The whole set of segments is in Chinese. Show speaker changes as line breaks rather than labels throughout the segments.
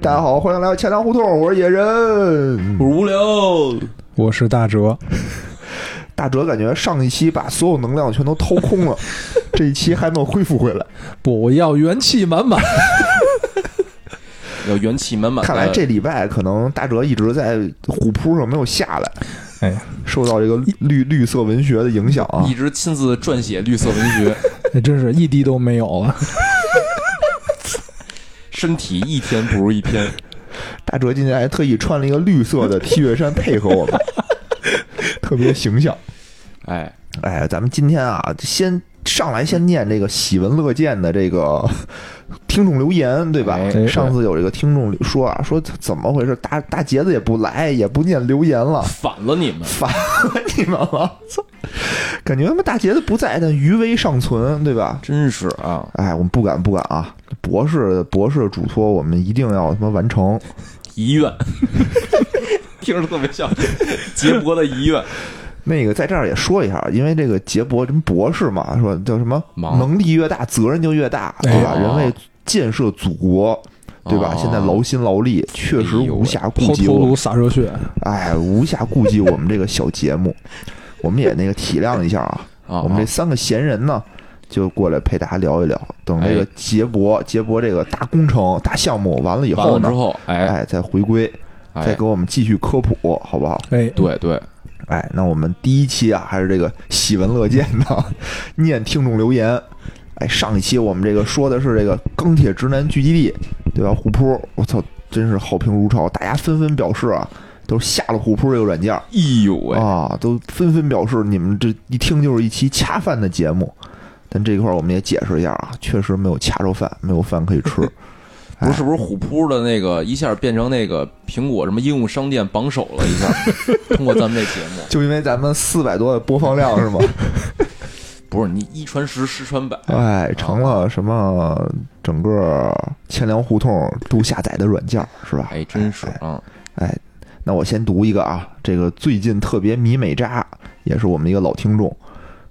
大家好，欢迎来到钱粮胡同，我是野人。
无聊，
我是大哲，
大哲感觉上一期把所有能量全都掏空了，这一期还没有恢复回来，
不，我要元气满满。
要元气满满的。
看来这礼拜可能大哲一直在虎扑上没有下来，
哎，
受到这个绿绿色文学的影响 啊
一。直亲自撰写绿色文学，
那哎真是一滴都没有 了。
身体一天不如一天。
大哲今天还特意穿了一个绿色的 T 恤衫配合我们，特别形象。
哎，
哎，咱们今天啊，先上来先念这个喜闻乐见的这个 听众留言，对吧？
哎
对
上次有这个听众说啊，说怎么回事？大大杰子也不来，也不念留言了，
反了你们！
烦你们了！ 操，感觉他妈大杰子不在，但余威尚存，对吧？
真是啊，
哎，我们不敢不敢啊！博士博士嘱托我们一定要他妈完成。
遗愿， 听着特别像杰博的遗愿。
那个在这儿也说一下，因为这个杰博这博士嘛，说叫什么
忙
能力越大，责任就越大，对吧？
哎
人为建设祖国，对吧？
哦
现在劳心劳力，确实
哎呦
无
喂
暇顾
抛
及
头
我
颅
们，
洒热血，
哎，无暇顾及我们这个小节 目，我们也那个体谅一下啊。
啊，
我们这三个闲人呢，就过来陪大家聊一聊。等这个
哎
杰博杰博这个大工程、大项目完了以
完了
后
之
呢，
后，哎
哎，再回归，再
哎
给，我们继续科普，好不好？
哎，
对对，
哎，那我们第一期啊，还是这个喜闻乐见的，念听众留言。哎，上一期我们这个说的是这个钢铁直男聚集地，对吧？虎扑，我操，真是好评如潮，大家纷纷表示啊，都下了虎扑这个软件
哎呦喂，
啊，都纷纷表示你们这一听就是一期恰饭的节目。但这一块儿我们也解释一下啊，确实没有恰着饭，没有饭可以吃。哎
不是不是虎扑的那个一下变成那个苹果什么应用商店榜首了一 下，通过咱们这节目，
就因为咱们四百多的播放量是吗？
不是你一传十，十传百，
哎，成了什么整个千粮胡同都下载的软件儿是吧？
哎，真是
哎
啊，
哎，那我先读一个啊，这个最近特别迷美渣，也是我们一个老听众，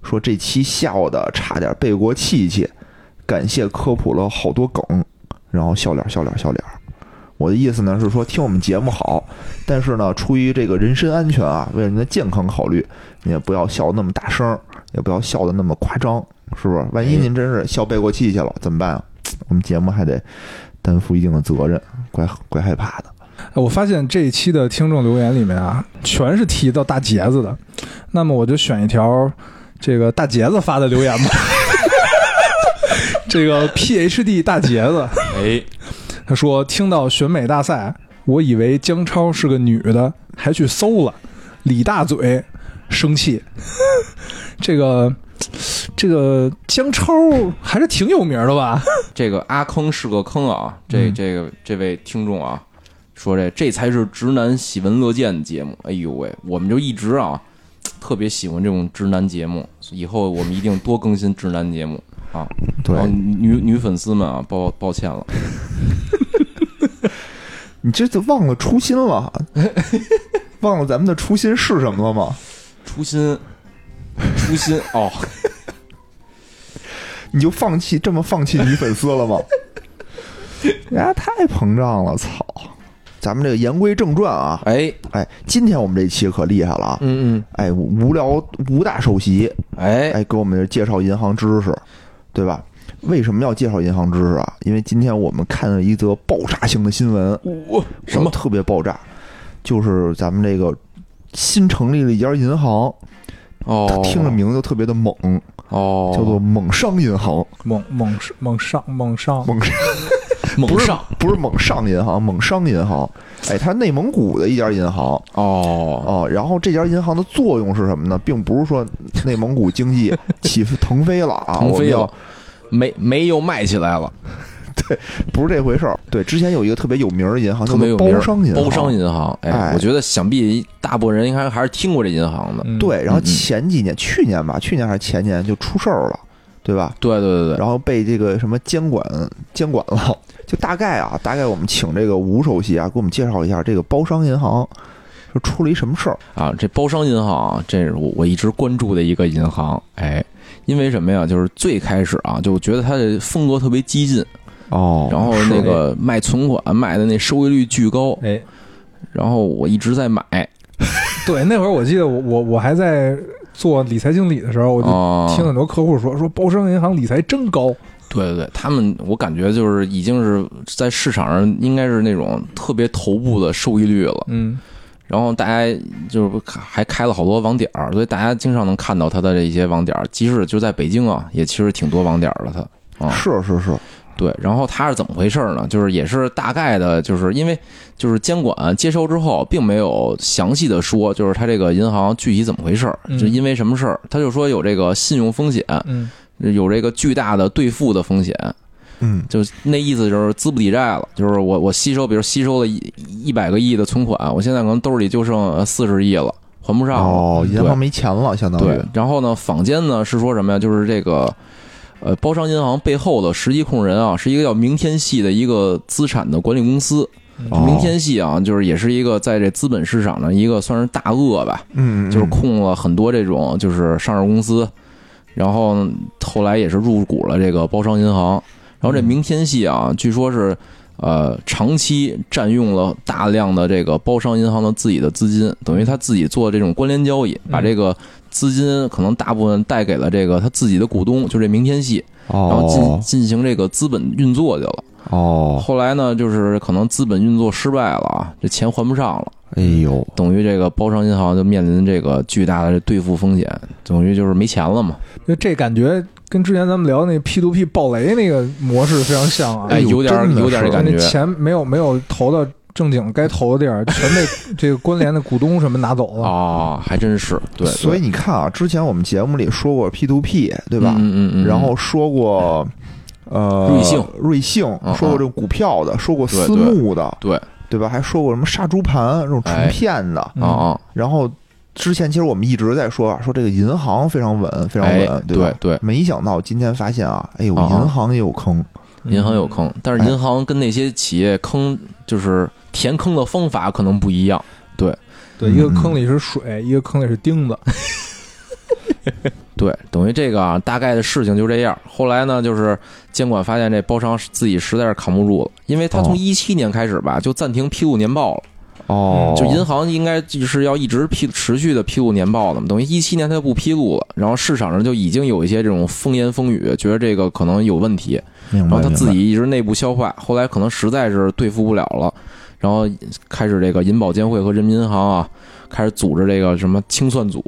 说这期笑的差点背过气气，感谢科普了好多梗，然后笑脸儿笑脸儿笑脸儿。我的意思呢是说，听我们节目好，但是呢，出于这个人身安全啊，为了您的健康考虑，你也不要笑那么大声儿，也不要笑的那么夸张，是不是？万一您真是笑背过气去了，怎么办、啊？我们节目还得担负一定的责任，怪怪害怕的。
哎我发现这一期的听众留言里面啊，全是提到大杰子的。那么我就选一条这个大杰子发的留言吧。 这个 PhD 大杰子，
哎，
他说听到选美大赛，我以为姜超是个女的，还去搜了，李大嘴生气。 这个这个姜超还是挺有名的吧？
这个阿坑是个坑啊！这
嗯
这个这位听众啊，说这这才是直男喜闻乐见的节目。哎呦喂，我们就一直啊特别喜欢这种直男节目，以后我们一定多更新直男节目啊。
对
然后女女粉丝们啊，抱抱歉了，
你这都忘了初心了，忘了咱们的初心是什么了吗？
初心，初心 哦，
你就放弃这么放弃女粉丝了吗？人家太膨胀了，操！咱们这个言归正传啊，
哎，
哎，今天我们这期可厉害了啊！
嗯
哎，无聊吴大首席，
嗯，哎，
哎，给我们介绍银行知识，对吧？为什么要介绍银行知识啊？因为今天我们看了一则爆炸性的新闻，
我
什么特别爆炸？就是咱们这个新成立了一家银行，
哦，
听着名字就特别的猛，
哦，
叫做猛商银行，
猛猛猛上猛上，
猛商
猛
不是
上
不是猛上银行，猛商银行，哎，它是内蒙古的一家银行
哦，
哦。然后这家银行的作用是什么呢？并不是说内蒙古经 济起飞腾飞了啊，
腾
我们
飞
要
了，没没又卖起来了。
不是这回事儿。对，之前有一个特别有名儿的银行，
特
叫做
别有名
包
儿
商银行，
包商银行，
哎
哎，我觉得想必大部分人应该还是听过这银行的。
嗯
对，然后
嗯嗯
前几年，去年吧，去年还是前年就出事儿了，对吧？
对对对对，
然后被这个什么监管监管了。 就大概啊，大概我们请这个吴首席啊，给我们介绍一下这个包商银行是出了一什么事儿。
啊，这包商银行啊，这是我我一直关注的一个银行，哎，因为什么呀？就是最开始啊，就觉得它的风格特别激进，
哦，
然后
是嗯
那个卖存款卖的那收益率巨高，
哎，
然后我一直在买
对，那会儿我记得我我我还在做理财经理的时候，我就
哦，
听很多客户说说包商银行理财真高，
对对对，他们我感觉就是已经是在市场上应该是那种特别头部的收益率了，
嗯，
然后大家就是还开了好多网点儿，所以大家经常能看到它的这些网点儿，即使就在北京啊，也其实挺多网点儿了它。啊、
是是是，
对，然后它是怎么回事呢？就是也是大概的，就是因为就是监管接收之后，并没有详细的说，就是它这个银行具体怎么回事儿，
嗯
就因为什么事儿，他就说有这个信用风险，
嗯，
有这个巨大的兑付的风险，
嗯，
就是那意思就是资不抵债了，就是我我吸收，比如吸收了一一百个亿的存款，我现在可能兜里就剩四十亿了，还不上了。
哦，银
对
行没钱了，相当于
对，然后呢，坊间呢是说什么呀？就是这个，呃，包商银行背后的实际控制人啊，是一个叫明天系的一个资产的管理公司。
哦
明天系啊，就是也是一个在这资本市场上一个算是大鳄吧，
嗯，嗯
就是
嗯
控了很多这种就是上市公司，然后后来也是入股了这个包商银行。然后这明天系啊，据说是呃长期占用了大量的这个包商银行的自己的资金，等于他自己做这种关联交易，把这个
嗯
资金可能大部分带给了这个他自己的股东，就这明天系，然后进
哦
进行这个资本运作去了。
哦，
后来呢，就是可能资本运作失败了啊，这钱还不上了。
哎呦，
等于这个包商银行就面临这个巨大的兑付风险，等于就是没钱了嘛，
就这感觉跟之前咱们聊那 P to P 暴雷那个模式非常像啊，
哎，
呦
有点儿
真的
有点儿
是
这感
就
觉
那，钱没有没有投到正经该投的地儿，全 被这个关联的股东什么拿走了。
哦，还真是，对，对
所以你看啊，之前我们节目里说过 P to P，对吧？
嗯嗯嗯，嗯
然后说过呃
瑞幸
瑞幸
嗯
说过这种股票的，说过
对
私募的，
对，
对吧？还说过什么杀猪盘这种
哎
纯骗的，
嗯
啊啊，
然后之前其实我们一直在说啊，说这个银行非常稳，非常
哎
稳，，吧
对？对，
没想到今天发现啊，哎呦，
啊啊
银行也有坑，
银行有坑，但
嗯
是
哎
银行跟那些企业坑就是填坑的方法可能不一样，
对，
嗯
一个坑里是水，一个坑里是钉子。
对，等于这个啊，大概的事情就这样。后来呢，就是监管发现这包商自己实在是扛不住了，因为他从
哦
一七年开始吧，就暂停披露年报了。
哦
就银行应该就是要一直披持续的披露年报的嘛，等于一七年它就不披露了，然后市场上就已经有一些这种风言风语，觉得这个可能有问题，
明
然后
白，
他自
明白
己一直内部消化，后来可能实在是对付不了了，然后开始这个银保监会和人民银行啊，开始组织这个什么清算组，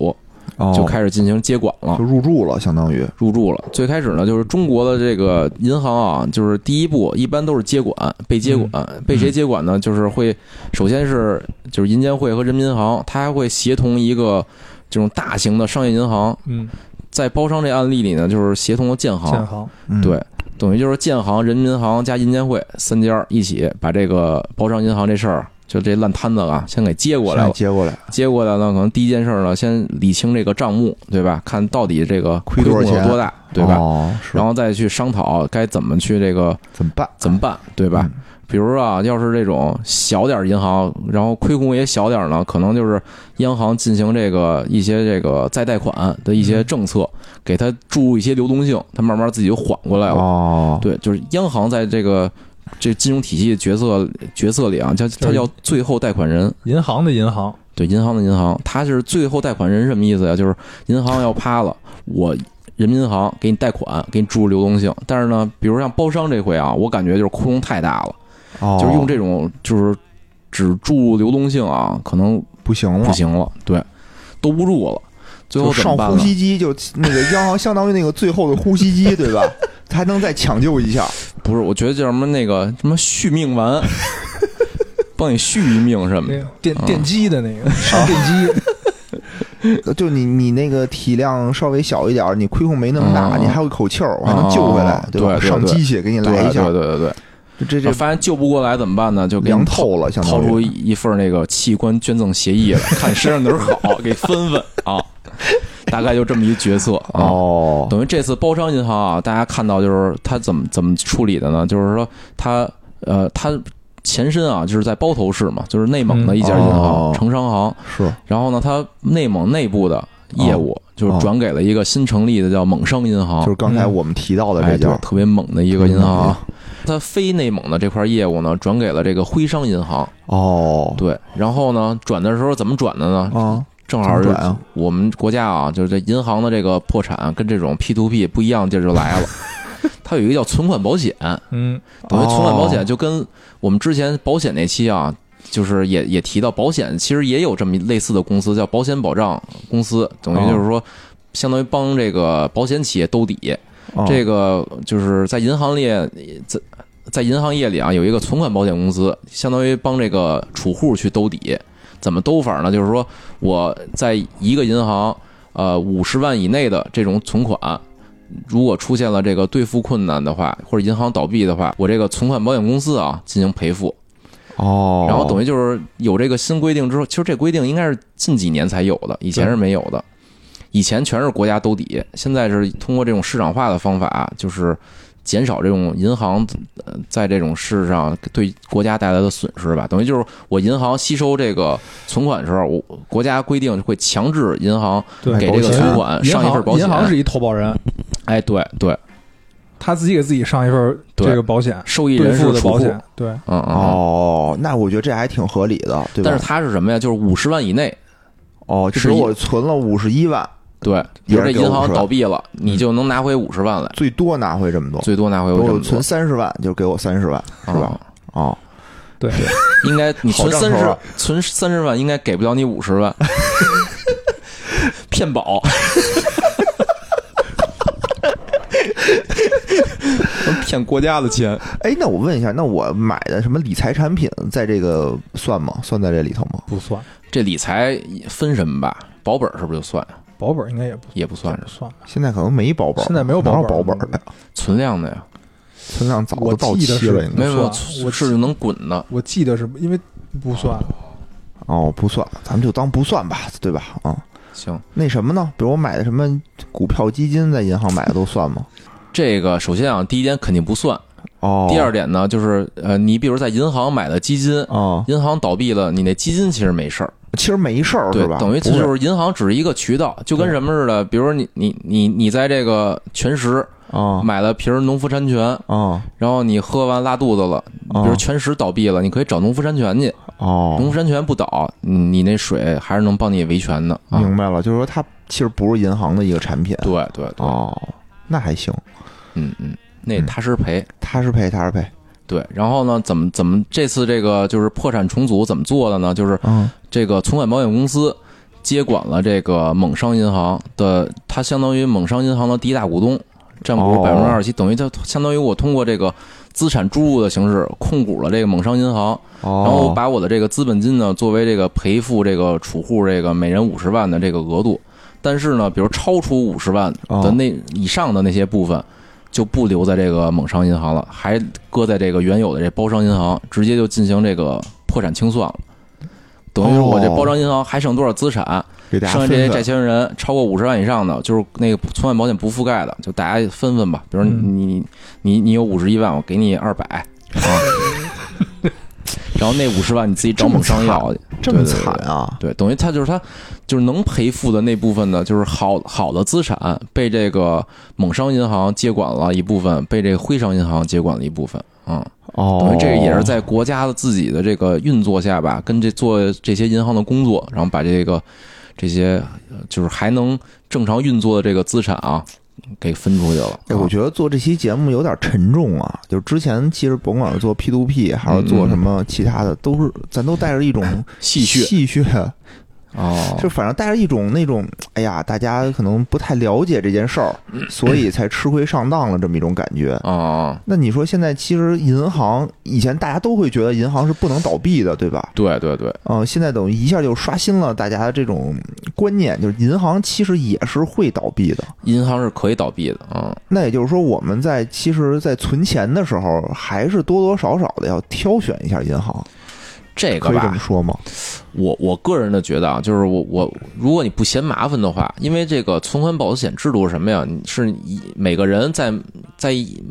哦
就开始进行接管了
就。入驻了，相当于
入驻了。最开始呢，就是中国的这个银行啊，就是第一步一般都是接管，被接管，
嗯
被谁接管呢？就是会首先是就是银监会和人民银行，它还会协同一个这种大型的商业银行，
嗯，
在包商这案例里呢，就是协同了建行，
建行，
嗯
对，等于就是建行、人民银行加银监会三家一起把这个包商银行这事儿。就这烂摊子啊，先给接过来
现
了
在。接过来，
接过来呢，可能第一件事呢，先理清这个账目，对吧？看到底这个
亏
空
多少
有
钱
多大，对吧？
哦、是
然后再去商讨该怎么去这个
怎么办？
怎么办，对吧
嗯？
比如啊，要是这种小点儿银行，然后亏空也小点儿呢，可能就是央行进行这个一些这个再贷款的一
嗯
些政策，给它注入一些流动性，它慢慢自己就缓过来了。
哦，
哎对，就是央行在这个这金融体系角色角色里啊，叫它叫最后贷款人。
银行的银行，
对，银行的银行，它是最后贷款人什么意思呀、就是银行要趴了，我人民银行给你贷款，给你注入流动性。但是呢，比如像包商这回啊，我感觉就是窟窿太大了，
哦
就是用这种就是只注入流动性啊，可能
不行了，
不行了，对，兜不住了。最后
就
怎
上
么办
呼
呢？
吸机，就那个央行相当于那个最后的呼吸机， 对吧？还能再抢救一下，
不是，我觉得叫什么那个什么续 命丸，帮你续一命什么
那
的。
个电电机的 那个上电机，
就你你那个体量稍微小一点儿，你亏空没那么大，
嗯
你还有口气儿，我还能救回来
哦，
吧？
对对
上
对
机器给你
对
来一下
对，对对对，
这这
然后
这
发现救不过来怎么办呢？就给你
凉透了，相
掏
当
出
于
一份那个器官捐赠协议来，看身上哪儿 好，给分分啊。大概就这么一角色啊。
哦，
等于这次包商银行啊，大家看到就是它怎么怎么处理的呢？就是说它呃它前身啊就是在包头市嘛，就是内蒙的一家银行、
嗯哦
城商行。
是
然后呢，它内蒙内部的业务
哦
就是转给了一个新成立的叫蒙商银行，
就是刚才我们提到的
哎
这
对
家，嗯
特别猛的一个银行啊。他非内蒙的这块业务呢，转给了这个徽商银行。
哦，
对，然后呢，转的时候怎么转的呢？
啊，
正好是
怎么转啊
我们国家啊，就是这银行的这个破产跟这种 P to P 不一样的地儿就 来了，它有一个叫存款保险，
嗯
等于存款保
哦
险就跟我们之前保险那期啊，就是也也提到保险，其实也有这么类似的公司叫保险保障公司，等
哦
于就是说，相当于帮这个保险企业兜底。
哦
这个就是在银行里，在在银行业里啊，有一个存款保险公司，相当于帮这个储户去兜底。怎么兜法呢？就是说我在一个银行，呃，五十万以内的这种存款，如果出现了这个兑付困难的话，或者银行倒闭的话，我这个存款保险公司啊进行赔付。
哦，
然后等
于
于就是有这个新规定之后，其实这规定应该是近几年才有的，以前是没有的。以前全是国家兜底，现在是通过这种市场化的方法，就是减少这种银行呃在这种事上对国家带来的损失吧。等于就是我银行吸收这个存款的时候，我国家规定会强制银行
对
给这个
保险
存款
银
上一份
行
保险。
银行是一投保人，
哎，对对，
他自己给自己上一份
对
这个保险，
受益
兑
人
付
是
的
储
保
户。
险，对，
嗯嗯。嗯
哦，那我觉得这还挺合理的，对吧？
但是它是什么呀？就是五十万以内，
哦，就是比如我存了五十一万，
对，比
也
如
是
这
给
银行
50
倒闭了，你就能拿回五十万来。
最多拿回这么多，
最多拿回我这
我
么多
嗯存，三十万就给我三十万，是吧？
啊？
哦，
对，
应该你
好
存
账
三
头
十
啊，
存三十万应该给不了你五十万，骗保，骗国家的钱。
哎，那我问一下，那我买的什么理财产品，在这个算吗？算在这里头吗？
不算
这理财分什么吧？保本是不是就算？
保本，应该也不
也不算是
算吧。
现在可能没保本儿，
现在没有
哪
保本
有
儿
保本儿的，
存量的呀，
存量早
嗯我
都到
记得
期
是
了，应该
没有没
我
有，是能滚的。
我记得是因为不算，
哦，不算，咱们就当不算吧，对吧？啊、
行，
那什么呢？比如我买的什么股票、基金，在银行买的都算吗？
这个首先啊，第一点肯定不算。
哦，
第二点呢，就是呃，你比如在银行买的基金，
啊、
银行倒闭了，你那基金其实没事儿。
其实没事儿，
对
是，吧？
等于
不
它就是银行只是一个渠道，就跟
对
什么似的，比如说你你你你在这个全食
啊
买了瓶农夫山泉，
啊
然后你喝完拉肚子了，比如全食倒闭了，你可以找农夫山泉去，农
哦，
夫山泉不倒，你你那水还是能帮你维权的啊。
明白了，就是说它其实不是银行的一个产品，
对对对，
哦，那还行，
嗯嗯，那踏实赔。
踏实赔，踏实赔，
对，然后呢，怎么怎么这次这个就是破产重组怎么做的呢？就是
嗯，
这个存款保险公司接管了这个蒙商银行的，它相当于蒙商银行的第一大股东，占股百分之
哦
二十七，等于它相当于我通过这个资产注入的形式控股了这个蒙商银行，
哦，
然后我把我的这个资本金呢作为这个赔付这个储户这个每人五十万的这个额度，但是呢，比如超出五十万
哦
的那以上的那些部分。就不留在这个蒙商银行了，还搁在这个原有的这包商银行，直接就进行这个破产清算了。等于是我这
哦
包商银行还剩多少资产，
给大家
剩下这
分
些
分
债权人超过五十万以上的，就是那个存款保险不覆盖的，就大家分分吧。比如你、
嗯
你你你有五十一万，我给你二百啊， 然后那五十万你自己找
这么
某商要去。
这么
对对对
惨啊！
对，等于他就是他就是能赔付的那部分呢，就是好好的资产被这个蒙商银行接管了一部分，被这个徽商银行接管了一部分。嗯，
哦，
等于这个也是在国家的自己的这个运作下吧，跟这做这些银行的工作，然后把这个这些呃就是还能正常运作的这个资产啊，给分出去了。
哎，我觉得做这期节目有点沉重啊！就之前其实甭管是做 P to P 还是做什么其他的，都是咱都带着一种
嗯 啊戏谑
戏谑，啊
哦，
就反正带着一种那种哎呀，大家可能不太了解这件事儿，
嗯
所以才吃亏上当了这么一种感觉。
哦，
那你说现在其实银行以前大家都会觉得银行是不能倒闭的，对吧？
对对对，
嗯、现在等于一下就刷新了大家的这种观念，就是银行其实也是会倒闭的。
银行是可以倒闭的。嗯，
那也就是说，我们在其实，在存钱的时候，还是多多少少的要挑选一下银行，
这个
可以这
吧
么，说吗？
我我个人的觉得啊，就是我我如果你不嫌麻烦的话，因为这个存款保险制度是什么呀？你是一每个人在在一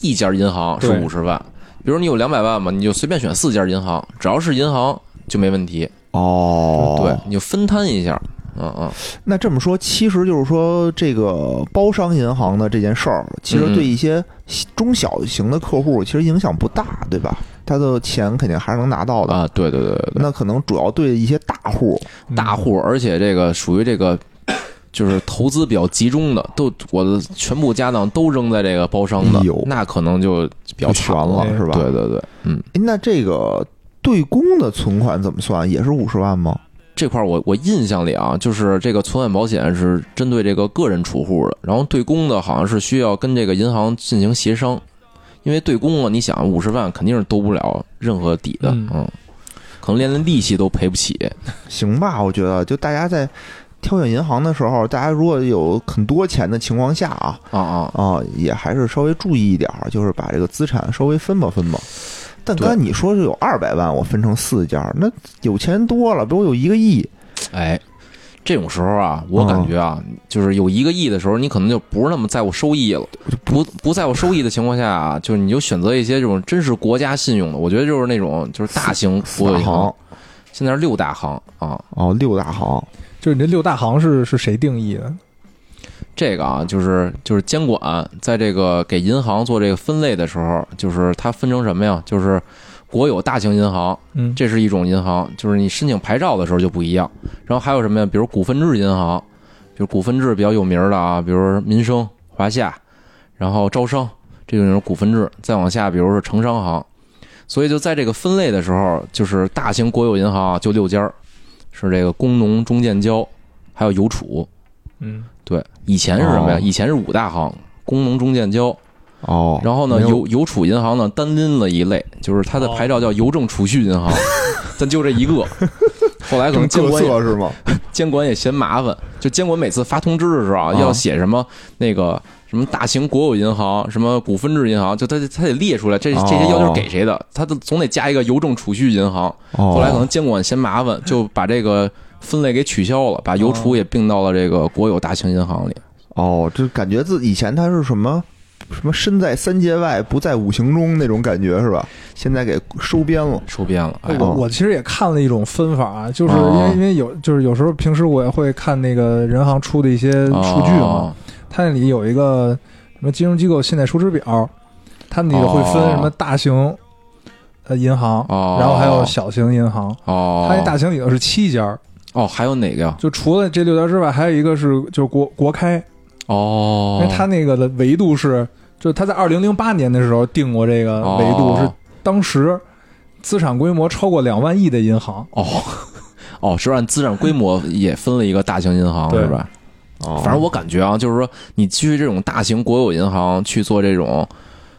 一家银行是
对
五十万，比如你有两百万嘛，你就随便选四家银行，只要是银行就没问题。
哦
对，你就分摊一下。嗯嗯，
那这么说，其实就是说，这个包商银行的这件事儿，其
嗯
实对一些中小型的客户其实影响不大，对吧？他的钱肯定还是能拿到的。
啊，对对对对对，
那可能主要对一些大户，
嗯
大户，而且这个属于这个。就是投资比较集中的，都我的全部家当都扔在这个包商的
哎呦，
那可能就比较
就悬
惨
了
哎
是吧？
对对对，嗯，
哎那这个对公的存款怎么算？也是五十万吗？
这块儿我我印象里啊，就是这个存款保险是针对这个个人储户的，然后对公的好像是需要跟这个银行进行协商，因为对公啊，你想五十万肯定是兜不了任何底的，
嗯
嗯，可能连利息都赔不起，
行吧，我觉得就大家在挑选银行的时候，大家如果有很多钱的情况下啊
啊啊，
啊、也还是稍微注意一点儿，就是把这个资产稍微分吧分吧。但
对
刚才你说是有二百万，我分成四家，那有钱人多了，比如有一个亿，
哎。这种时候啊，我感觉啊，就是有一个亿的时候，你可能就不是那么在乎收益了。不不在乎收益的情况下啊，就是你就选择一些这种真是国家信用的。我觉得就是那种就是大型
四
服务
大
银
行
行，现在是六大行啊，
哦，六大行，
就是你这六大行是是谁定义的？
这个啊，就是就是监管在这个给银行做这个分类的时候，就是它分成什么呀？就是国有大型银行，
嗯，
这是一种银行，就是你申请牌照的时候就不一样。然后还有什么呀？比如股份制银行，比如股份制比较有名的啊，比如民生、华夏，然后招商这种股份制。再往下，比如是城商行。所以就在这个分类的时候，就是大型国有银行啊，就六家儿，是这个工农中建交，还有邮储。
嗯，
对，以前是什么呀？
哦
以前是五大行，工农中建交，
哦，
然后呢，
没有
邮邮储银行呢单拎了一类，就是它的牌照叫邮政储蓄银
哦
行， 但就这一个。后来可
这么各
能监管也
色是吗？
监管也嫌麻烦，就监管每次发通知的时候啊，
啊
要写什么那个什么大型国有银行、什么股份制银行，就他他得列出来这
哦
这些要求给谁的，他都总得加一个邮政储蓄银行。
哦，
后来可能监管嫌 麻烦，就把这个分类给取消了，把邮储也并到了这个国有大型银行里。
哦，这感觉自以前他是什么什么身在三界外，不在五行中那种感觉是吧？现在给收编了，
收编了，哎，
我我其实也看了一种分法啊，就是因
哦
为因为有就是有时候平时我也会看那个人行出的一些数据嘛，
哦
它那里有一个什么金融机构信贷收支表，它那里会分
哦
什么大型呃银行，
哦
然后还有小型银行，
哦，
它那大型里头是七家，
哦，还有哪个呀？
就除了这六家之外，还有一个是就是国国开，因
哦，
为它那个的维度是，就是它在二零零八年的时候定过这个维度，是
哦
当时资产规模超过两万亿的银行。
哦 哦，是按资产规模也分了一个大型银行
对
是吧？
哦，
反正我感觉啊，就是说你去这种大型国有银行去做这种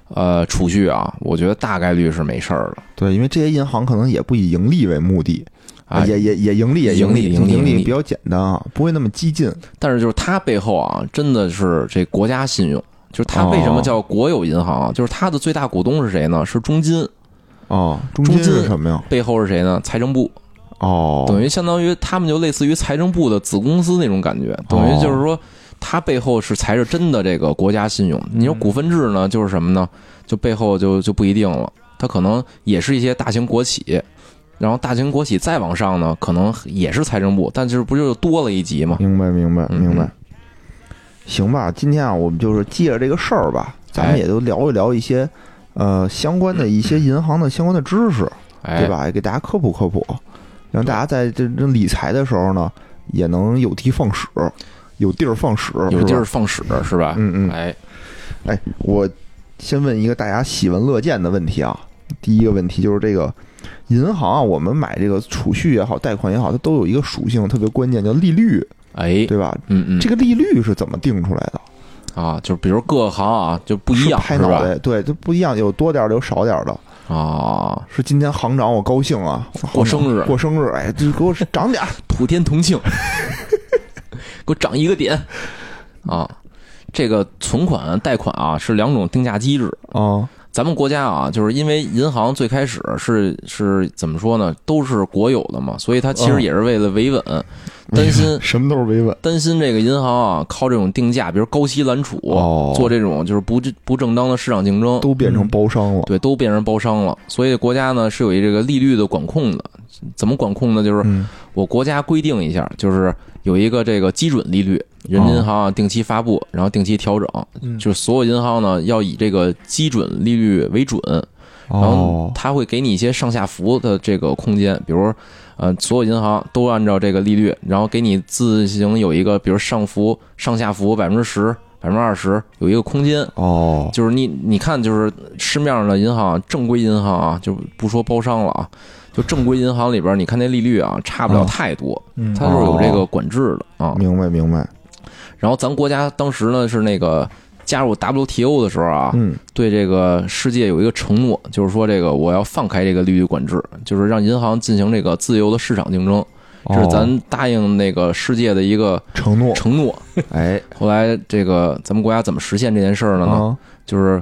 呃储蓄啊，我觉得大概率是没事儿的。
对，因为这些银行可能也不以盈利为目的，
哎
也也也盈利也盈利，
盈利
盈
盈利
比较简单啊，不会那么激进。
但是就是它背后啊，真的是这国家信用。就是它为什么叫国有银行啊？就是它的最大股东是谁呢？是中金，
哦，中
中
间是
间
什么呀？
背后是谁呢？财政部。
哦，
等于相当于他们就类似于财政部的子公司那种感
哦
觉，等于就是说，它背后是才是真的这个国家
嗯
信用。你说股份制呢，就是什么呢？就背后就就不一定了，它可能也是一些大型国企，然后大型国企再往上呢，可能也是财政部，但就是不就是多了一级嘛？
明白明白
嗯
明白
嗯。
行吧，今天啊，我们就是借着这个事儿吧，咱们
哎
也都聊一聊一些呃相关的一些银行的相关的知识，
哎
嗯对，吧？也给大家科普科普，让大家在这这理财的时候呢，也能有的放矢，有地儿放矢，
哎有
是
地
吧
儿放屎是吧？
嗯嗯
哎，
哎，我先问一个大家喜闻乐见的问题啊。第一个问题就是这个银行啊，我们买这个储蓄也好，贷款也好，它都有一个属性特别关键，叫利率，
哎，
对吧？
嗯嗯
这，个利率是怎么定出来的？
啊，就是比如各行啊就不
不
一样
拍
是
脑
吧？
袋，对，它不一样，有多点儿的，有少点儿的。
啊，
是今天行长我高兴啊，
过生日
过生日，哎，就给我涨 点儿。
普天同庆，给我涨一个点啊！这个存款、贷款啊是两种定价机制。
啊，
咱们国家啊，就是因为银行最开始是是怎么说呢，都是国有的嘛，所以它其实也是为了维稳，担心
什么都是维稳。
担心这个银行啊靠这种定价，比如高息揽储，
哦
做这嗯种就是不不正当的市场竞争，
都变成包商了，
对，都变成包商了。所以国家呢是有一这个利率的管控的，怎么管控呢？就是
嗯
我国家规定一下，就是有一个这个基准利率，人民银行定期发布，然后定期调整，
哦
嗯
就是所有银行呢要以这个基准利率为准，然后
哦，
它会给你一些上下浮的这个空间，比如，呃，所有银行都按照这个利率，然后给你自行有一个，比如上浮、上下浮百分之十、百分之二十，有一个空间。
哦，
就是你你看，就是市面上的银行，正规银行啊，就不说包商了啊，就正规银行里边，你看那利率啊，差不了
哦
太多，
嗯
它是有这个管制的啊。
明白明白，
然后咱国家当时呢是那个加入 WTO 的时候啊，
嗯，
对这个世界有一个承诺，就是说这个我要放开这个利率管制，就是让银行进行这个自由的市场竞争，这是
哦
咱答应那个世界的一个
承诺，
承诺。
哎，
后来这个咱们国家怎么实现这件事儿了呢？
啊，
就是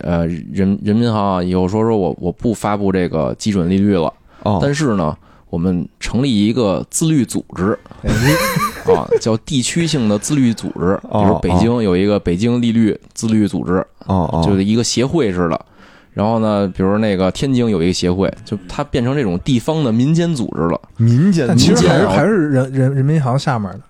呃，人人民银行啊，有说说我我不发布这个基准利率了，
哦，
但是呢，我们成立一个自律组织
哎
啊，叫地区性的自律组织，比如
哦
北京有一个北京利率自律组织，
哦哦，
就是一个协会似的。然后呢，比如那个天津有一个协会，就它变成这种地方的民间组织了。
民间
但其实还
民
是
间啊
还是人人人民银行下面的，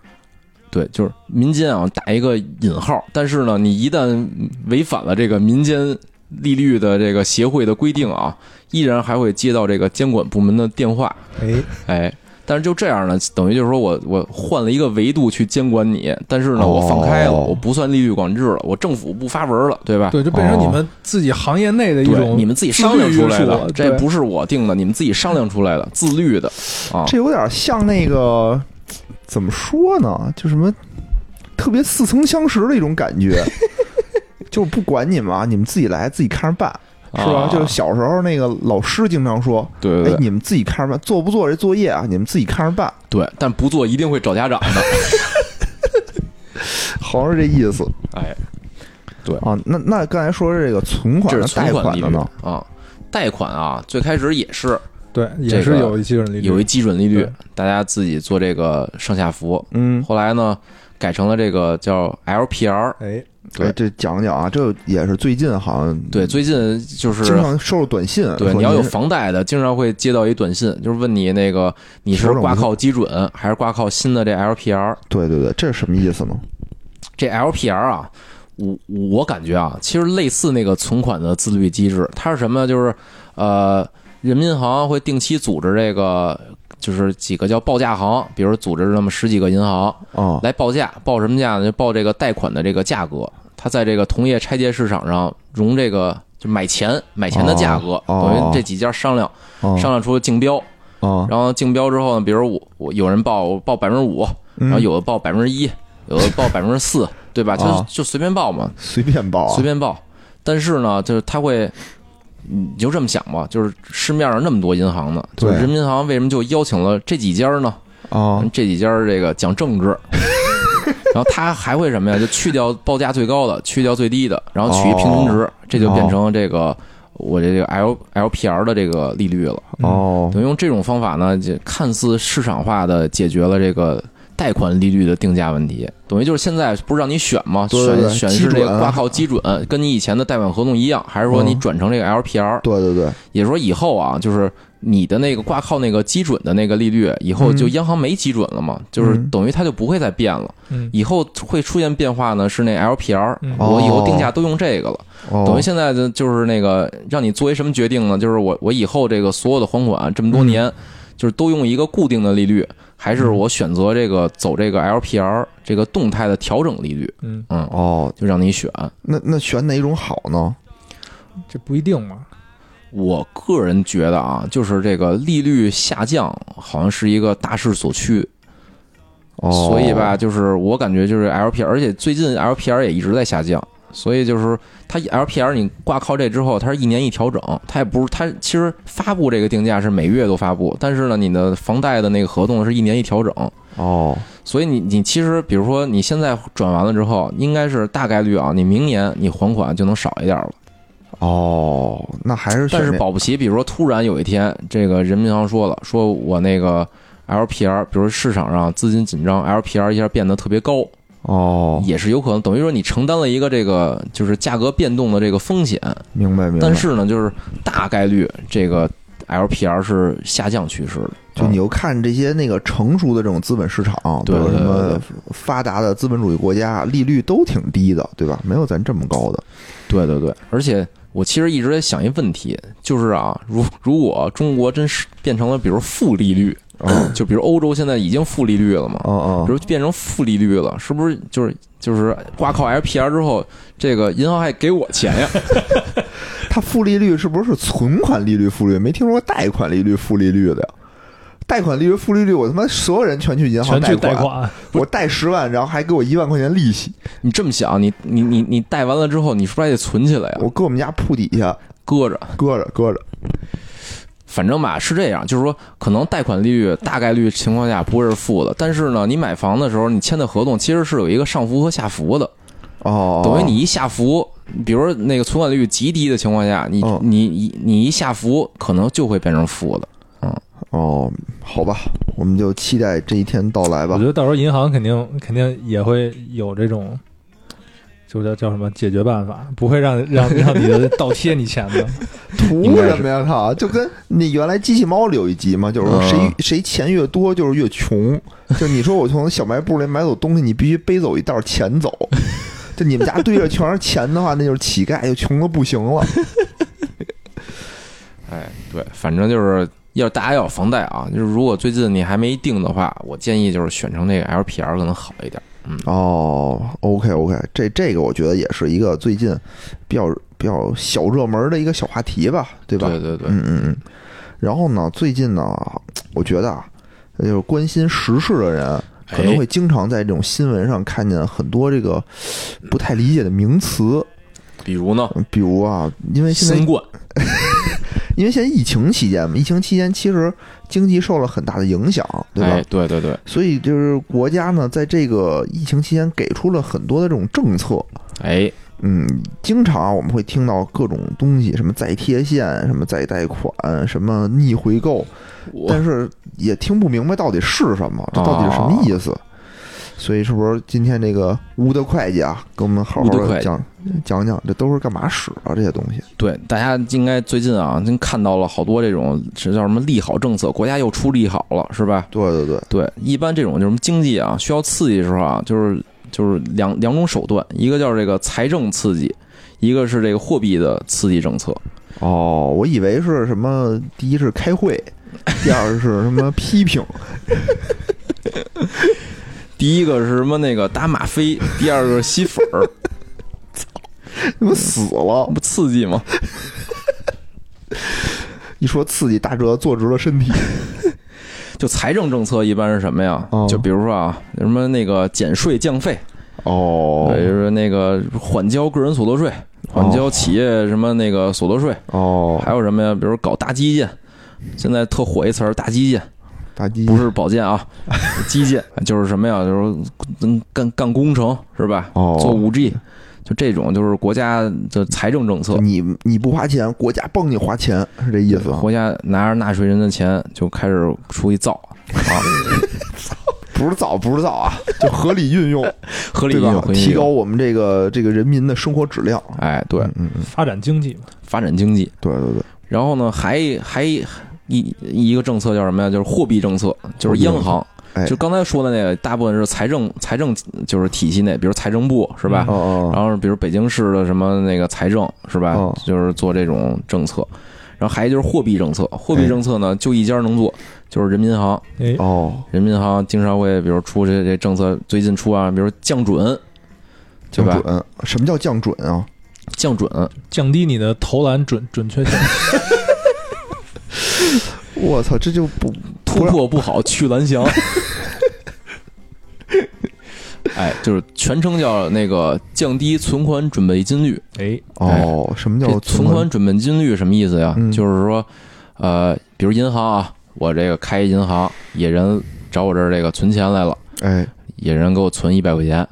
对，就是民间啊，打一个引号。但是呢，你一旦违反了这个民间利率的这个协会的规定啊，依然还会接到这个监管部门的电话。
哎，
哎，但是就这样呢，等于就是说我我换了一个维度去监管你，但是呢，我放开了，
哦
我不算利率管制了，我政府不发文了，对吧？
对，就变成你们自己行业内的一
哦对，
种，
你们自己商量出来
自律约
的
束，
这
对
不是我定的，你们自己商量出来的，自律的啊。
这有点像那个怎么说呢？就什么特别似曾相识的一种感觉， 就不管你们啊，你们自己来，自己看着办，是吧？
啊
就是小时候那个老师经常说，
对
哎
对，对
你们自己看着办，做不做这作业啊，你们自己看着办，
对，但不做一定会找家长的。
好像是这意思
哎，
啊。那那刚才说这个存款
这
的
是
贷
存款
款
利
的
率
呢？
啊。贷款啊，最开始也是
对，
这
也
个
是有一基准利率，
有一基准利率
对，
大家自己做这个上下浮。
嗯，
后来呢，改成了这个叫 LPR。
哎，
对
哎这讲讲啊，这也是最近好像
对，最近就是
经常收到短信，
对，
说
你要有
呃您
房贷的，经常会接到一短信，就是问你那个你是
调整
挂
不
靠基准还是挂靠新的这 LPR。
对对对，这是什么意思呢？
这 LPR 啊，我我感觉啊，其实类似那个存款的自律机制，它是什么？就是呃，人民银行会定期组织这个，就是几个叫报价行，比如组织那么十几个银行
啊
来报价，报什么价呢？就报这个贷款的这个价格，它在这个同业拆借市场上融这个就买钱买钱的价格
哦，哦
等于这几家商量
啊
商量出竞标，
啊，
然后竞标之后呢，比如我我有人报我报百分之五，然
然
后有的报百分之一，有的报百分之四，对吧？就
啊
就随便报嘛，
随便报啊，
随便报。但是呢，就是他会，嗯你就这么想吧，就是市面上那么多银行呢，就是
对
人民银行为什么就邀请了这几家呢？
啊
这几家这个讲 政治。然后他还会什么呀？就去掉报价最高的，去掉最低的，然后取一平
哦
均值，这就变成这个我这个 L L P R 的这个利率了。
哦
等于用这种方法呢，就看似市场化的解决了这个贷款利率的定价问题。等于就是现在不是让你选吗？
对对对
选选
基
是
准
这个挂靠基准，跟你以前的贷款合同一样，还是说你
嗯
转成这个 LPR？、
对对对，
也就是说以后啊，就是你的那个挂靠那个基准的那个利率，以后就
嗯
央行没基准了嘛，就是
嗯
等于它就不会再变了。
嗯，
以后会出现变化呢，是那 LPR，、
嗯
我以
哦
后定价都用这个了。
哦
等于现在的就是那个让你做一什么决定呢？就是我我以后这个所有的还款这么多年，就是都用一个固定的利率，还是我选择这个走这个 LPR 这个动态的调整利率？
嗯，
嗯，
哦，
就让你选。
那那选哪种好呢？
这不一定嘛，
我个人觉得啊，就是这个利率下降好像是一个大势所趋，
哦，
所以吧，，就是我感觉就是 LPR，而且最近 LPR 也一直在下降，所以就是它 LPR 你挂靠这之后，它是一年一调整，它也不是它其实发布这个定价是每月都发布，但是呢，你的房贷的那个合同是一年一调整，
哦
所以你你其实比如说你现在转完了之后，应该是大概率啊，你明年你还款就能少一点了，
哦，那还是选
但是
那
保不齐，比如说突然有一天，这个人民银行说了，说我那个 LPR，比如市场上资金紧张，LPR 一下变得特别高。
哦，
也是有可能，等于说你承担了一个这个就是价格变动的这个风险，
明白明白，
但是呢，就是大概率这个 LPR 是下降趋势的，
就你又看这些那个成熟的这种资本市场，比
对
如什
对对
么发达的资本主义国家，利率都挺低的，对吧？没有咱这么高的。
对对对，而且我其实一直在想一问题，就是啊，如如果中国真是变成了比如负利率，
嗯
就比如欧洲现在已经负利率了嘛，
嗯
比
嗯，
如变成负利率了，是不是就是就是挂靠 LPR 之后，这个银行还给我钱呀？
它负利率是不是存款利率负利率？没听说过贷款利率负利率的呀？贷款利率负利率，我他妈所有人全去银行
全去贷
贷
款，
我贷十万，然后还给我一万块钱利息，
你这么想，你你你你贷完了之后，你是不是还得存起
啊
来呀？啊
我搁我们家铺底下
搁着，
搁着搁着。
反正吧是这样，就是说可能贷款利率大概率情况下不会是负的，但是呢，你买房的时候你签的合同其实是有一个上浮和下浮的，
哦，
等于你一下浮，比如说那个存款利率极低的情况下，你
嗯
你你你一下浮，可能就会变成负的。
哦，好吧，我们就期待这一天到来吧
我觉。得到时候银行肯定肯定也会有这种，就叫叫什么解决办法，不会让 让让你的倒贴你钱的。
图
应该是
什么呀？他就跟你原来机器猫里有一集嘛，就是说谁、
嗯
谁钱越多就是越穷。就你说我从小卖部里买走东西，你必须背走一袋钱走。就你们家堆着全是钱的话，那就是乞丐，就穷的不行了。
哎，对，反正就是要大家要有房贷啊，就是如果最近你还没定的话，我建议就是选成这个 LPR 可能好一点。
哦，OK OK，这这个我觉得也是一个最近比较比较小热门的一个小话题吧，对吧？
对对对，
嗯嗯嗯。然后呢，最近呢，我觉得啊，就是关心时事的人，可能
哎
会经常在这种新闻上看见很多这个不太理解的名词，
比如呢，
嗯比如啊，因为现在
新冠，
因为现在疫情期间嘛，疫情期间其实经济受了很大的影响，对吧？
哎，对对对，
所以就是国家呢，在这个疫情期间给出了很多的这种政策，
哎，
嗯，经常啊我们会听到各种东西，什么再贴现，什么再贷款，什么逆回购，
我
但是也听不明白到底是什么，这到底是什么意思？所以是不是今天这个乌的会计啊，给我们好好
乌的会
的
计
讲讲讲，这都是干嘛使啊？这些东西？
对大家应该最近啊，真看到了好多这种这叫什么利好政策，国家又出利好了，是吧？
对对对，
对，一般这种就是经济啊需要刺激的时候啊，就是就是两两种手段，一个叫这个财政刺激，一个是这个货币的刺激政策。
哦，我以为是什么？第一是开 会，第二是什么批 评？
第一个是什么？那个打吗啡，第二个是吸粉儿，
你们死了！
不刺激吗？
一说刺激，大哲坐直了身体。
就财政政策一般是什么呀
哦？
就比如说啊，什么那个减税降费，
哦
对，就是那个缓交个人所得税，缓交企业什么那个所得税，
哦，
还有什么呀？比如搞大基建，现在特火一词儿大基建。
大鸡
不是保健 啊，基建就是什么呀？就是嗯干干工程是吧？
哦
做五 G，就这种就是国家的财政政策，
你你不花钱，国家帮你花钱，是这意思啊？
国家拿着纳税人的钱就开始出去造啊，
不是造，不是造啊，就合理运用。
合理
对
运
吧
用，？合理
提
运
高
用。
我们这个这个人民的生活质量。
哎，对，嗯
嗯嗯，嗯嗯
发展经济嘛，
发展经济。
对对对，
然后呢，还还一一个政策叫什么呀？就是货币政策，就
货
是
币政
央
策
行。
哎，
就刚才说的那个，大部分是财政财政就是体系内，比如财政部是吧？
哦哦，
然后比如北京市的什么那个财政是吧，
嗯
就是做这种政策，然后还有就是货币政策，
哎
货币政策呢就一家能做，就是人民银行，
哎，
哦，
人民银行经常会比如出这这政策，最近出啊，比如降准，
降
对吧？
准，什么叫降准啊？
降准，
降低你的投篮准准确性。
我操，这就不
突破不好去 蓝翔。哎，就是全称叫那个降低存款准备金率。
哎，
哦，什么
这
叫
存款准备金率什么意思呀？
嗯
就是说，呃，比如银行啊，我这个开一银行，野人找我这儿这个存钱来了，
哎，
野人给我存一百块钱，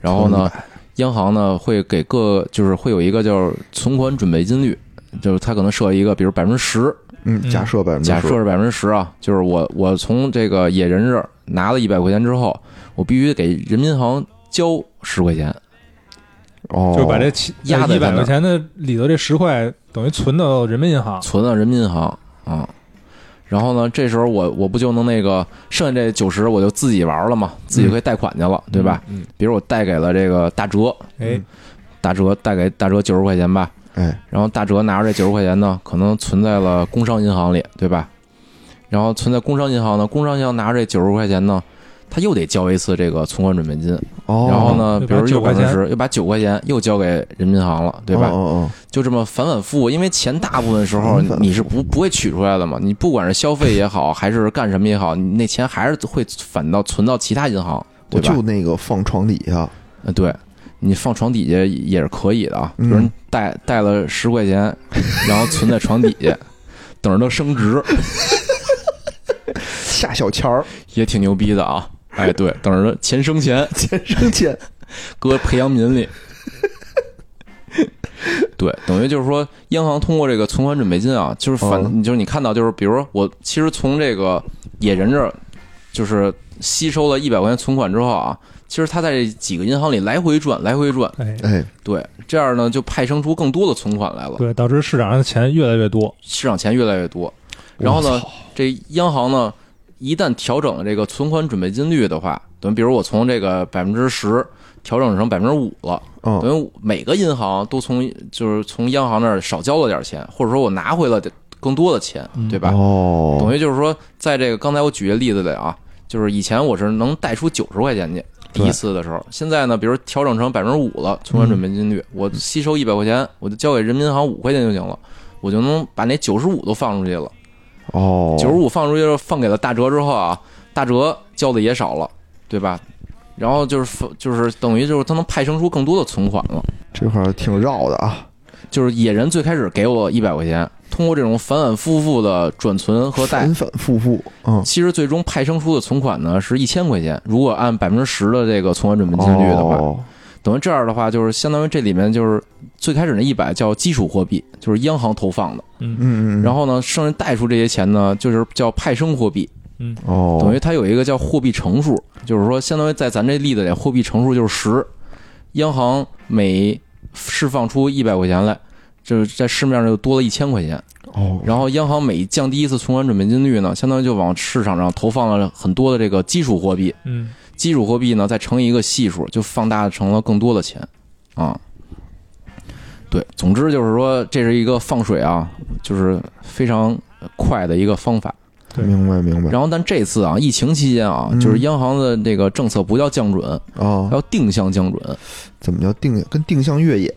然后呢，央行呢会给各就是会有一个叫存款准备金率，就是它可能设一个，比如百分之十，
嗯，
嗯
假设百分之
假设
十，
是百分之十啊，就是我我从这个野人这儿拿了一百块钱之后，我必须给人民银行交十块钱，
哦，
就是把这七
压在
一
咱
百
那
块
儿
钱的里头这十块，等于存到人民银行。
存到人民银行啊、嗯然后呢，这时候我我不就能那个剩下这九十我就自己玩了嘛，自己可以贷款去了，对吧？
嗯？
比如我贷给了这个大哲，
哎，
大哲贷给大哲九十块钱吧，
哎，
然后大哲拿着这九十块钱呢，可能存在了工商银行里，对吧？然后存在工商银行呢，工商银行拿着这九十块钱呢，他又得交一次这个存款准备金，
哦，
然后呢，
又
比
把
如
9
又百
块
分
钱
之十，又把九块钱又交给人民银行了，对吧？
哦哦
就这么反反复复，因为钱大部分时候
反反复复
你是不不会取出来的嘛，你不管是消费也好，还是干什么也好，你那钱还是会反到存到其他银行，
哦，
对
我
吧？
就那个放床底下，
呃，对，你放床底下也是可以的啊。比
嗯
如你带带了十 块钱，然后存在床底下，等着它升值，
下小钱儿，
也挺牛逼的啊。哎，对，等着它钱 生钱，
钱生钱，
搁培养皿里。对，等于就是说，央行通过这个存款准备金啊，就是反，
嗯
就是你看到，就是比如说我其实从这个野人这儿，就是吸收了一百块钱存款之后啊，其实他在这几个银行里来回转，来回转，
哎，
哎，
对，这样呢就派生出更多的存款来了，
对，导致市场上的钱越来越多，
市场钱越来越多。然后呢，这央行呢一旦调整了这个存款准备金率的话，等于比如我从这个百分之十调整成百分之五了，
嗯，
等于每个银行都从就是从央行那儿少交了点钱，或者说我拿回了更多的钱，对吧？
哦，
等于就是说，在这个刚才我举的例子里啊，就是以前我是能贷出九十块钱去。第一次的时候，现在呢，比如调整成百分之五了，存款
嗯
准备金率，我吸收一百块钱，我就交给人民银行五块钱就行了，我就能把那九十五都放出去了。
哦，
九十五放出去之后放给了大哲之后啊，大哲交的也少了，对吧？然后就是就是等于就是他能派生出更多的存款了。
这块儿挺绕的啊，
就是野人最开始给我一百块钱，通过这种反反复复的转存和贷
反，反复复，嗯，
其实最终派生出的存款呢是一千块钱。如果按百分之十的这个存款准备金率的话，
哦
等于这样的话，就是相当于这里面就是最开始那一百叫基础货币，就是央行投放的。
嗯
嗯，嗯
然后呢，剩下贷出这些钱呢，就是叫派生货币，
哦，
等于它有一个叫货币乘数，就是说相当于在咱这例子里，货币乘数就是十，央行每释放出一百块钱来，就是在市面上就多了一千块钱。
哦，
然后央行每降低一次存款准备金率呢，相当于就往市场上投放了很多的这个基础货币，
嗯，
基础货币呢再乘以一个系数，就放大成了更多的钱啊。对，总之就是说，这是一个放水啊，就是非常快的一个方法。
对
明白明白，
然后，但这次啊，疫情期间啊，
嗯
就是央行的这个政策不叫降准，
哦
它，要定向降准，
怎么叫定跟定向越 野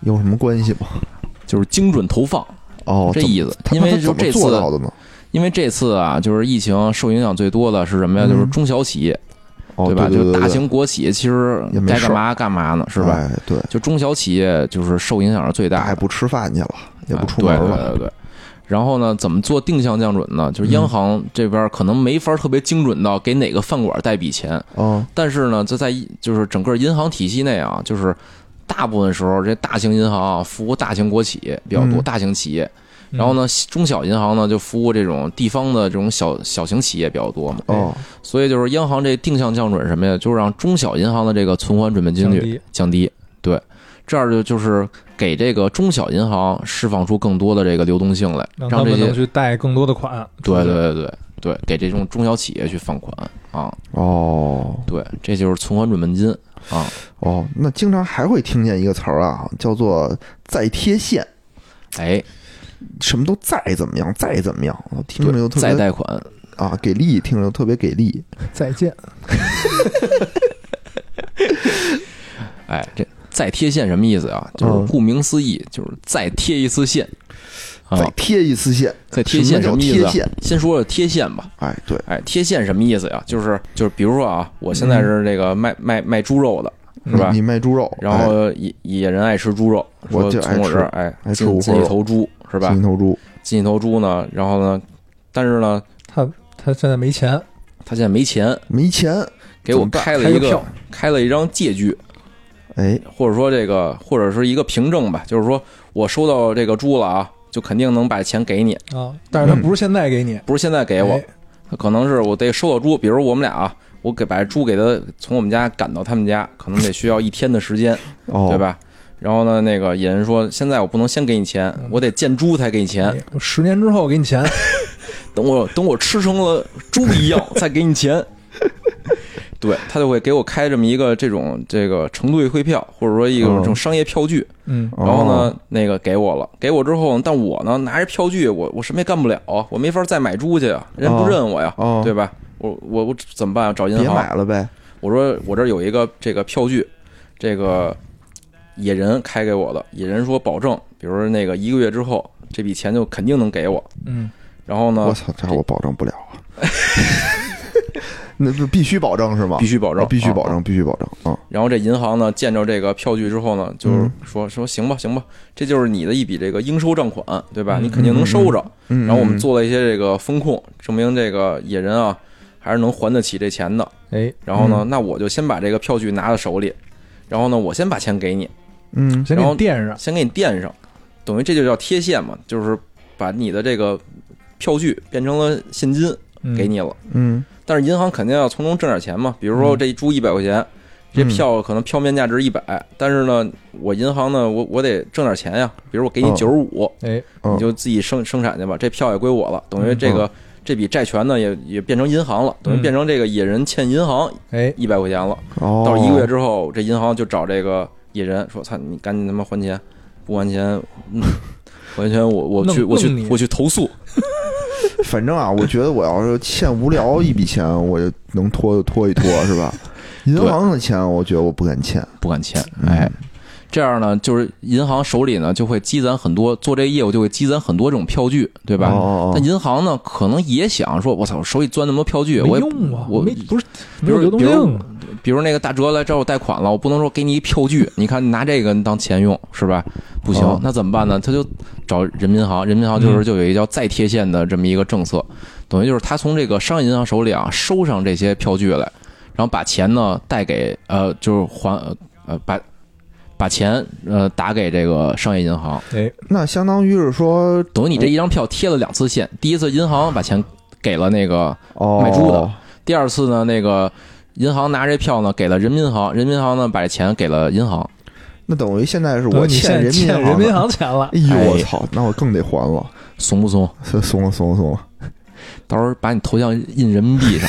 有什么关系吗？
就是精准投放
哦，
这
怎么
意思。
他
因为
他
就
怎
这
么
次
做到的呢？
因为这次啊，就是疫情受影响最多的是什么呀？
嗯
就是中小企业，
哦，
对吧？
对
就
对
大型国企其实
也没
该
事
干
儿
嘛干嘛呢，是吧？
哎对，
就中小企业就是受影响是最
大
大
也
的，
不吃饭去了，也不
哎
出门
对
了，嗯
对对对。然后呢，怎么做定向降准呢？就是央行这边可能没法特别精准到给哪个饭馆贷笔钱，
嗯，
但是呢，这在一就是整个银行体系内啊，就是大部分时候这大型银行啊服务大型国企比较多，
嗯
大型企业。
嗯
然后呢，中小银行呢就服务这种地方的这种小小型企业比较多嘛。
哦，
所以就是央行这定向降准什么呀，就是让中小银行的这个存款准备金
降
率
低
降低。对，这样就就是给这个中小银行释放出更多的这个流动性来，
让他
让这
们
些
能去贷更多的款，
对对对对对，给这种中小企业去放款啊，
哦，
对，这就是存款准备金啊。
哦，那经常还会听见一个词儿啊，叫做再贴现，
哎，
什么都再怎么样，再怎么样，我听着
对，
就特
再
别
贷款，
啊给力，听着就特别给力。
再见。
哎，这再贴现什么意思啊？就是
嗯
顾名思义，就是再贴一次现啊
再。贴一次线，
再贴现
什么叫
么意
贴
思啊？
现？
先说说贴现吧。
哎，对，
哎，贴现什么意思呀？就是就是，比如说啊，我现在
嗯
是这个卖卖卖猪肉的，是吧
你？卖猪肉，哎
然后野野人爱吃猪肉，
我
说
就爱
从我
吃
这儿哎
爱吃
进
五花
进一
肉
头猪是吧
金？头猪，
进一头猪呢，然后呢，但是呢，
他他现在没钱，
他现在没钱，
没钱，
给我
怎么办
开了
开
一
个
个
票
开了一张借据，
哎，
或者说这个或者是一个凭证吧，就是说我收到这个猪了啊，就肯定能把钱给你，
啊，
但是他
嗯
不是现在给你，
不是现在给我
哎，
可能是我得收到猪，比如我们俩啊，我给把猪给他从我们家赶到他们家，可能得需要一天的时间，
哦，
对？吧？然后呢，那个野
嗯哎
人说，现在我不能先给你钱，我得见猪才给你钱。
我十年之后给你钱，
等我等我吃成了猪一样再给你钱。对他就会给我开这么一个这种这个成对汇票，或者说一个
嗯
这种商业票据，
嗯
哦
然后呢，那个给我了，给我之后，但我呢拿着票据，我我什么也干不了，我没法再买猪去啊，人家不
哦
认我呀，
哦
对吧？我我我怎么办、啊？找银
别
行，
买了呗。
我说我这儿有一个这个票据，这个野人开给我的，野人说保证，比如说那个一个月之后，这笔钱就肯定能给我。
嗯，
然后
我
呢，
操，这我保证不了啊。 那不必须保证是吗？
必须保证，
哦必须
啊
保。
啊
证，必须保证啊！
然后这银行呢，见着这个票据之后呢，就是
嗯
说说行吧，行吧，这就是你的一笔这个应收账款，对吧？
嗯
你肯定能收着。
嗯
然后我们做了一些这个风控，证明这个野人啊还是能还得起这钱的。
哎，
然后呢，那我就先把这个票据拿到手里，然后呢，我先把钱给你，
嗯
先给
然后
你垫上，
先给你垫上，等于这就叫贴现嘛，就是把你的这个票据变成了现金
嗯
给你了。
嗯
但是银行肯定要从中挣点钱嘛，比如
嗯
说这一注一百块钱，这票可能票面价值一百，但是呢，我银行呢，我我得挣点钱呀，比如我给你
哦
九十五，
哎，
嗯
你就自己生生产去吧，这票也归我了，等于这个。这笔债权呢，也也变成银行了，等于
嗯
变成这个野人欠银行
哎，
一百块钱了。
哦，
到一个月之后，这银行就找这个野人说：“操，你赶紧他妈还钱，不还钱，嗯， 不还钱我我去
弄
我
弄
去
你
我去投诉。
反正啊，我觉得我要是欠无聊一笔钱，我就能拖就拖一拖，是吧？银行的钱，我觉得我不敢欠。”
不敢欠，
嗯
哎，这样呢，就是银行手里呢就会积攒很多，做这业务就会积攒很多这种票据，对吧？
哦哦哦
但银行呢，可能也想说：“我操，我手里攥那么多票据，
没
我也
用啊，
我
没不是没有
如
流动
比如
性啊，
比如那个大哲来找我贷款了，我不能说给你一票据，你看你拿这个当钱用是吧？不行
哦，
那怎么办呢？他就找人民银行，人民银行就
嗯
是就有一个叫再贴现的这么一个政策，等于就是他从这个商业银行手里啊收上这些票据来，然后把钱呢贷给呃就是还呃呃把把钱呃打给这个商业银行，
哎，
那相当于是说，
等于你这一张票贴了两次现，第一次银行把钱给了那个
哦，
卖猪的第二次呢，那个银行拿这票呢给了人民银行，人民银行呢把这钱给了银行。
那等于现在是
等于
我
你现在
人民
欠
银
人民银
行
行钱了，
的。哎呦，我
哎
操！那我更得还了，
怂不怂？
怂了，怂了，怂了。
到时候把你头像印人民币上，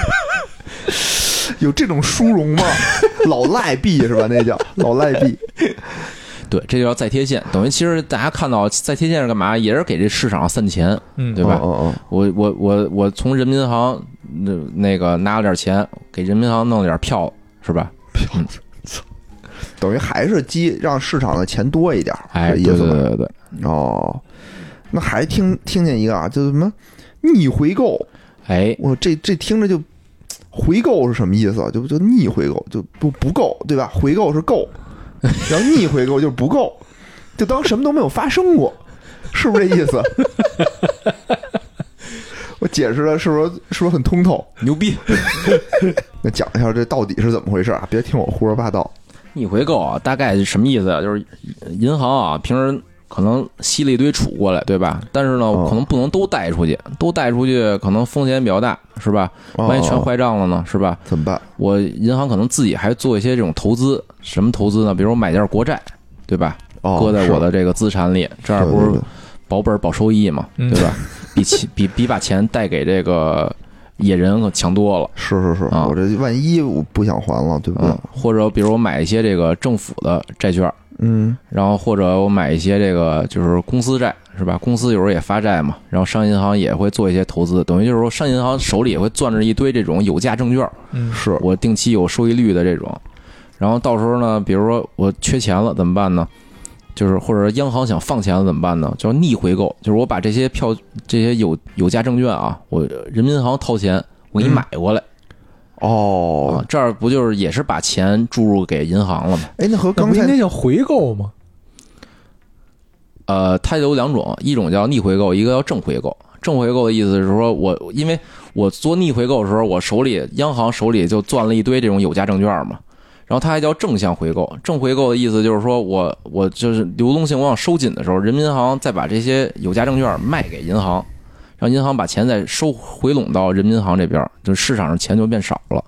有这种殊荣 吗？老赖币是吧？那叫老赖币。
对，这就叫再贴现。等于其实大家看到再贴现是干嘛？也是给这市场散钱，
嗯
对吧？
哦
我我我我从人民银行那那个拿了点钱，给人民银行弄了点票，是吧？
哦，等于还是激让市场的钱多一点儿，
哎，
这
对
意
对
思
对
吗？
对对，
哦，那还听听见一个啊，叫什么逆回购？
哎，
我这这听着就回购是什么意思啊？就就逆回购就不不够对吧？回购是够，然后逆回购就是不够，就当什么都没有发生过，是不是这意 思？我解释的是不是是不是很通透？
牛逼！
那讲一下这到底是怎么回事啊？别听我胡说八道。
逆回购啊，大概是什么意思啊？就是银行啊，平时可能吸了一堆储过来，对吧？但是呢，
哦
可能不能都贷出去，都贷出去可能风险比较大，是吧？
哦
万一全坏账了呢，是吧？
怎么办？
我银行可能自己还做一些这种投资，什么投资呢？比如买件国债，对吧？
哦，
搁在我
是
的这个资产里，这
对
样
对
不
对
是保本保收益嘛，
嗯
对吧？比钱比比把钱贷给这个野人可强多了。
是是是，
啊
我这万一我不想还了，对不对
嗯？，或者比如我买一些这个政府的债券，
嗯，
然后或者我买一些这个就是公司债是吧？公司有时候也发债嘛，然后商业银行也会做一些投资，等于就是说商业银行手里也会攥着一堆这种有价证券，
嗯，
是
我定期有收益率的这种。然后到时候呢，比如说我缺钱了怎么办呢？就是或者央行想放钱了怎么办呢？叫逆回购，就是我把这些票这些有有价证券啊，我人民银行掏钱，我给你买过来、
哦
啊，，这样不就是也是把钱注入给银行了吗？
哎，那和
那
刚
不应
才
该叫回购吗？
呃，它有两种，一种叫逆回购，一个叫正回购。正回购的意思是说我，因为我做逆回购的时候，我手里央行手里就攥了一堆这种有价证券嘛。然后它还叫正向回购，正回购的意思就是说我我就是流动性我想收紧的时候，人民银行再把这些有价证券卖给银行，让银行把钱再收回拢到人民银行这边，就市场上钱就变少了。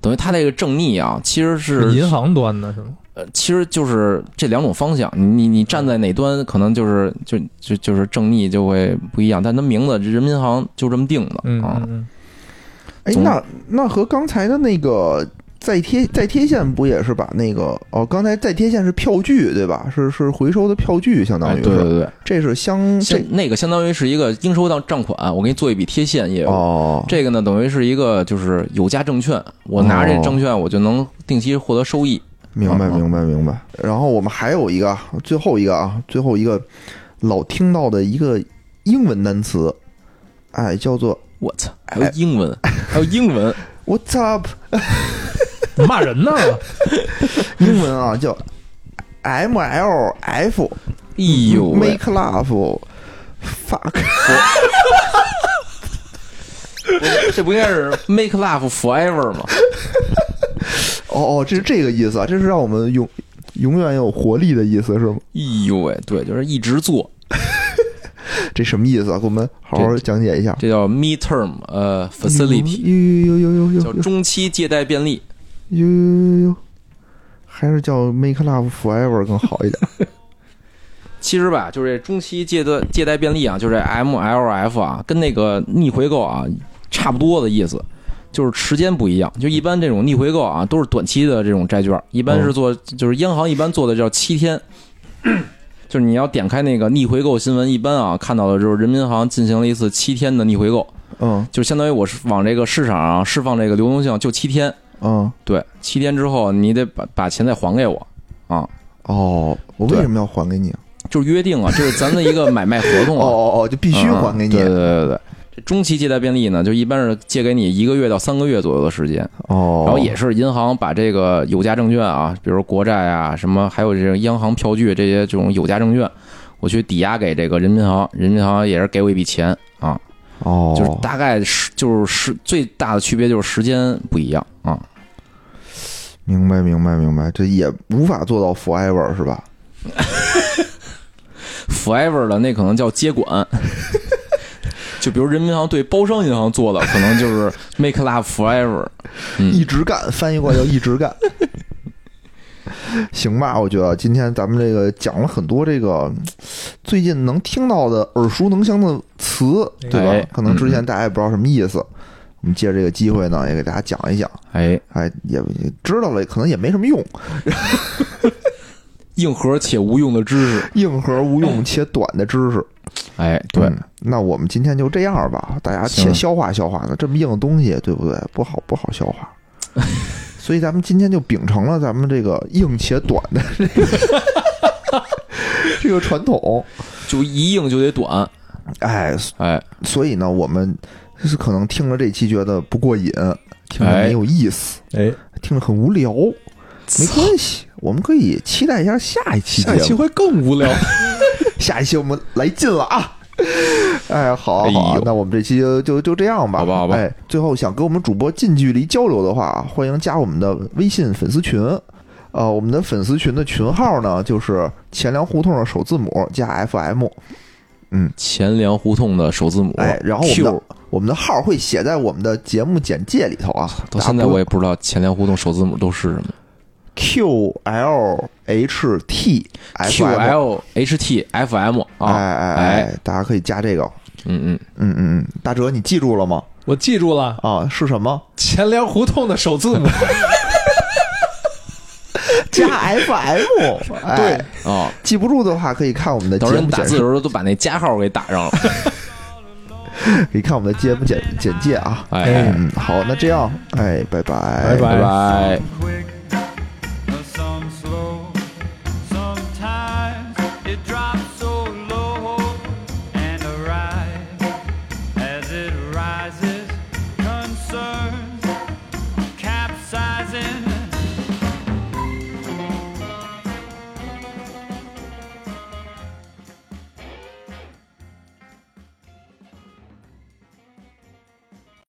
等于它这个正逆啊，其实是
银行端的是吗？
呃，其实就是这两种方向，你你你站在哪端，可能就是就就就是正逆就会不一样，但它名字人民银行就这么定的
嗯
啊。
嗯
哎，
总
那那和刚才的那个再贴再贴现不也是把那个哦，刚才再贴现是票据对吧？是是回收的票据，相当
哎，
于
对对
是，
对，
这是
嗯
相
相
这
那个相当于是一个应收账账款，我给你做一笔贴现业务。
哦，
这个呢，等于是一个就是有价证券，我拿这
哦
证券，我就能定期获得收益。
明白
嗯嗯
明白明白。然后我们还有一个啊最后一个啊，最后一个老听到的一个英文单词，哎，叫做
我操，还有英文，还有英文，
What's up？
嗯骂人呢，
英文啊叫 M L F
哎呦喂！
Make Love Fuck
这不应该是 make love forever 吗？
哦哦，这是这个意思啊，这是让我们永永远有活力的意思是吗？
哎呦喂，对，就是一直做，
这什么意思啊？给我们好好讲解一下。
这叫 midterm 呃 facility，
呦呦呦呦呦
叫
呦呦
中期借贷便利。
呦呦呦，还是叫 Make Love Forever 更好一点。
其实吧，就是这中期借贷借贷便利啊，就是这 MLF 啊，跟那个逆回购啊差不多的意思，就是时间不一样。就一般这种逆回购啊，都是短期的这种债券，一般是做就是央行一般做的叫七天。就是你要点开那个逆回购新闻，一般啊看到的就是人民银行进行了一次七天的逆回购，
嗯
就相当于我是往这个市场上释放这个流动性，就七天。
嗯，
对，七天之后你得把把钱再还给我啊，
哦，我为
对
什么要还给你？
就是约定啊，这是咱的一个买卖合 同
哦
啊，
哦哦，就必
必
须还给你
对。对对对对，这中期借贷便利呢，就一般是借给你一个月到三个月左右的时间，
哦，
然后也是银行把这个有价证券啊，比如国债啊，什么还有这种央行票据这些这种有价证券，我去抵押给这个人民银行，人民银行也是给我一笔钱啊，
哦，
就是大概是就是时最大的区别就是时间不一样啊。
明白明白明白，这也无法做到 Forever 是吧？
Forever 的那可能叫接管。 就比如人民银行对包商银行做的，可能就是 Make Love Forever，嗯
一直干，翻译过来叫一直干。行吧，我觉得今天咱们这个讲了很多这个嗯最近能听到的耳熟能详的词，对吧？
哎
可能之前大家也不知道什么意思，我们借着这个机会呢，也给大家讲一讲。
哎，
哎，也也知道了，可能也没什么用，
硬核且无用的知识，
硬核无用且短的知识。
哎，对，
嗯那我们今天就这样吧，大家且
行
消化消化呢，这么硬的东西，对不对？不好不好消化，所以咱们今天就秉承了咱们这个硬且短的这个 这个传统，
就一硬就得短，
哎，
哎，
所以呢，我们是可能听了这期觉得不过瘾，听着
哎
没有意思，
哎，
听着很无聊，没
操
关系，我们可以期待一下下一期节
下一期
目，
会更无聊。
下一期我们来劲了啊！ 哎，好啊、
哎
好啊、
呦
那我们这期就就就这样吧，
好吧好吧
哎，最后想跟我们主播近距离交流的话，欢迎加我们的微信粉丝群。呃，我们的粉丝群的群号呢，就是钱粮胡同的首字母加 FM。
钱粮胡同的首字母，
哎，然后我们的
Q，
我们的号会写在我们的节目简介里头啊。
到现在我也不知道钱粮胡同首字母都是什么
Q L H T
，Q L H T F M
哎
啊，
哎
哎，
大家可以加这个。
嗯嗯，
嗯嗯嗯，大哲，你记住了吗？
我记住了，
啊，是什么？
钱粮胡同的首字母，
加 FM，对，
哦，
记不住的话可以看我们的
到
哎节
时候
目
你打
简
字的时候都把那加号给打上了，
可以看我们的节目简简介啊。
哎，
嗯，好，那这样，哎，拜
拜
拜，
拜拜。
Some quick, uh, some slow. Sometimes it drops so low and arises as it rises. Concern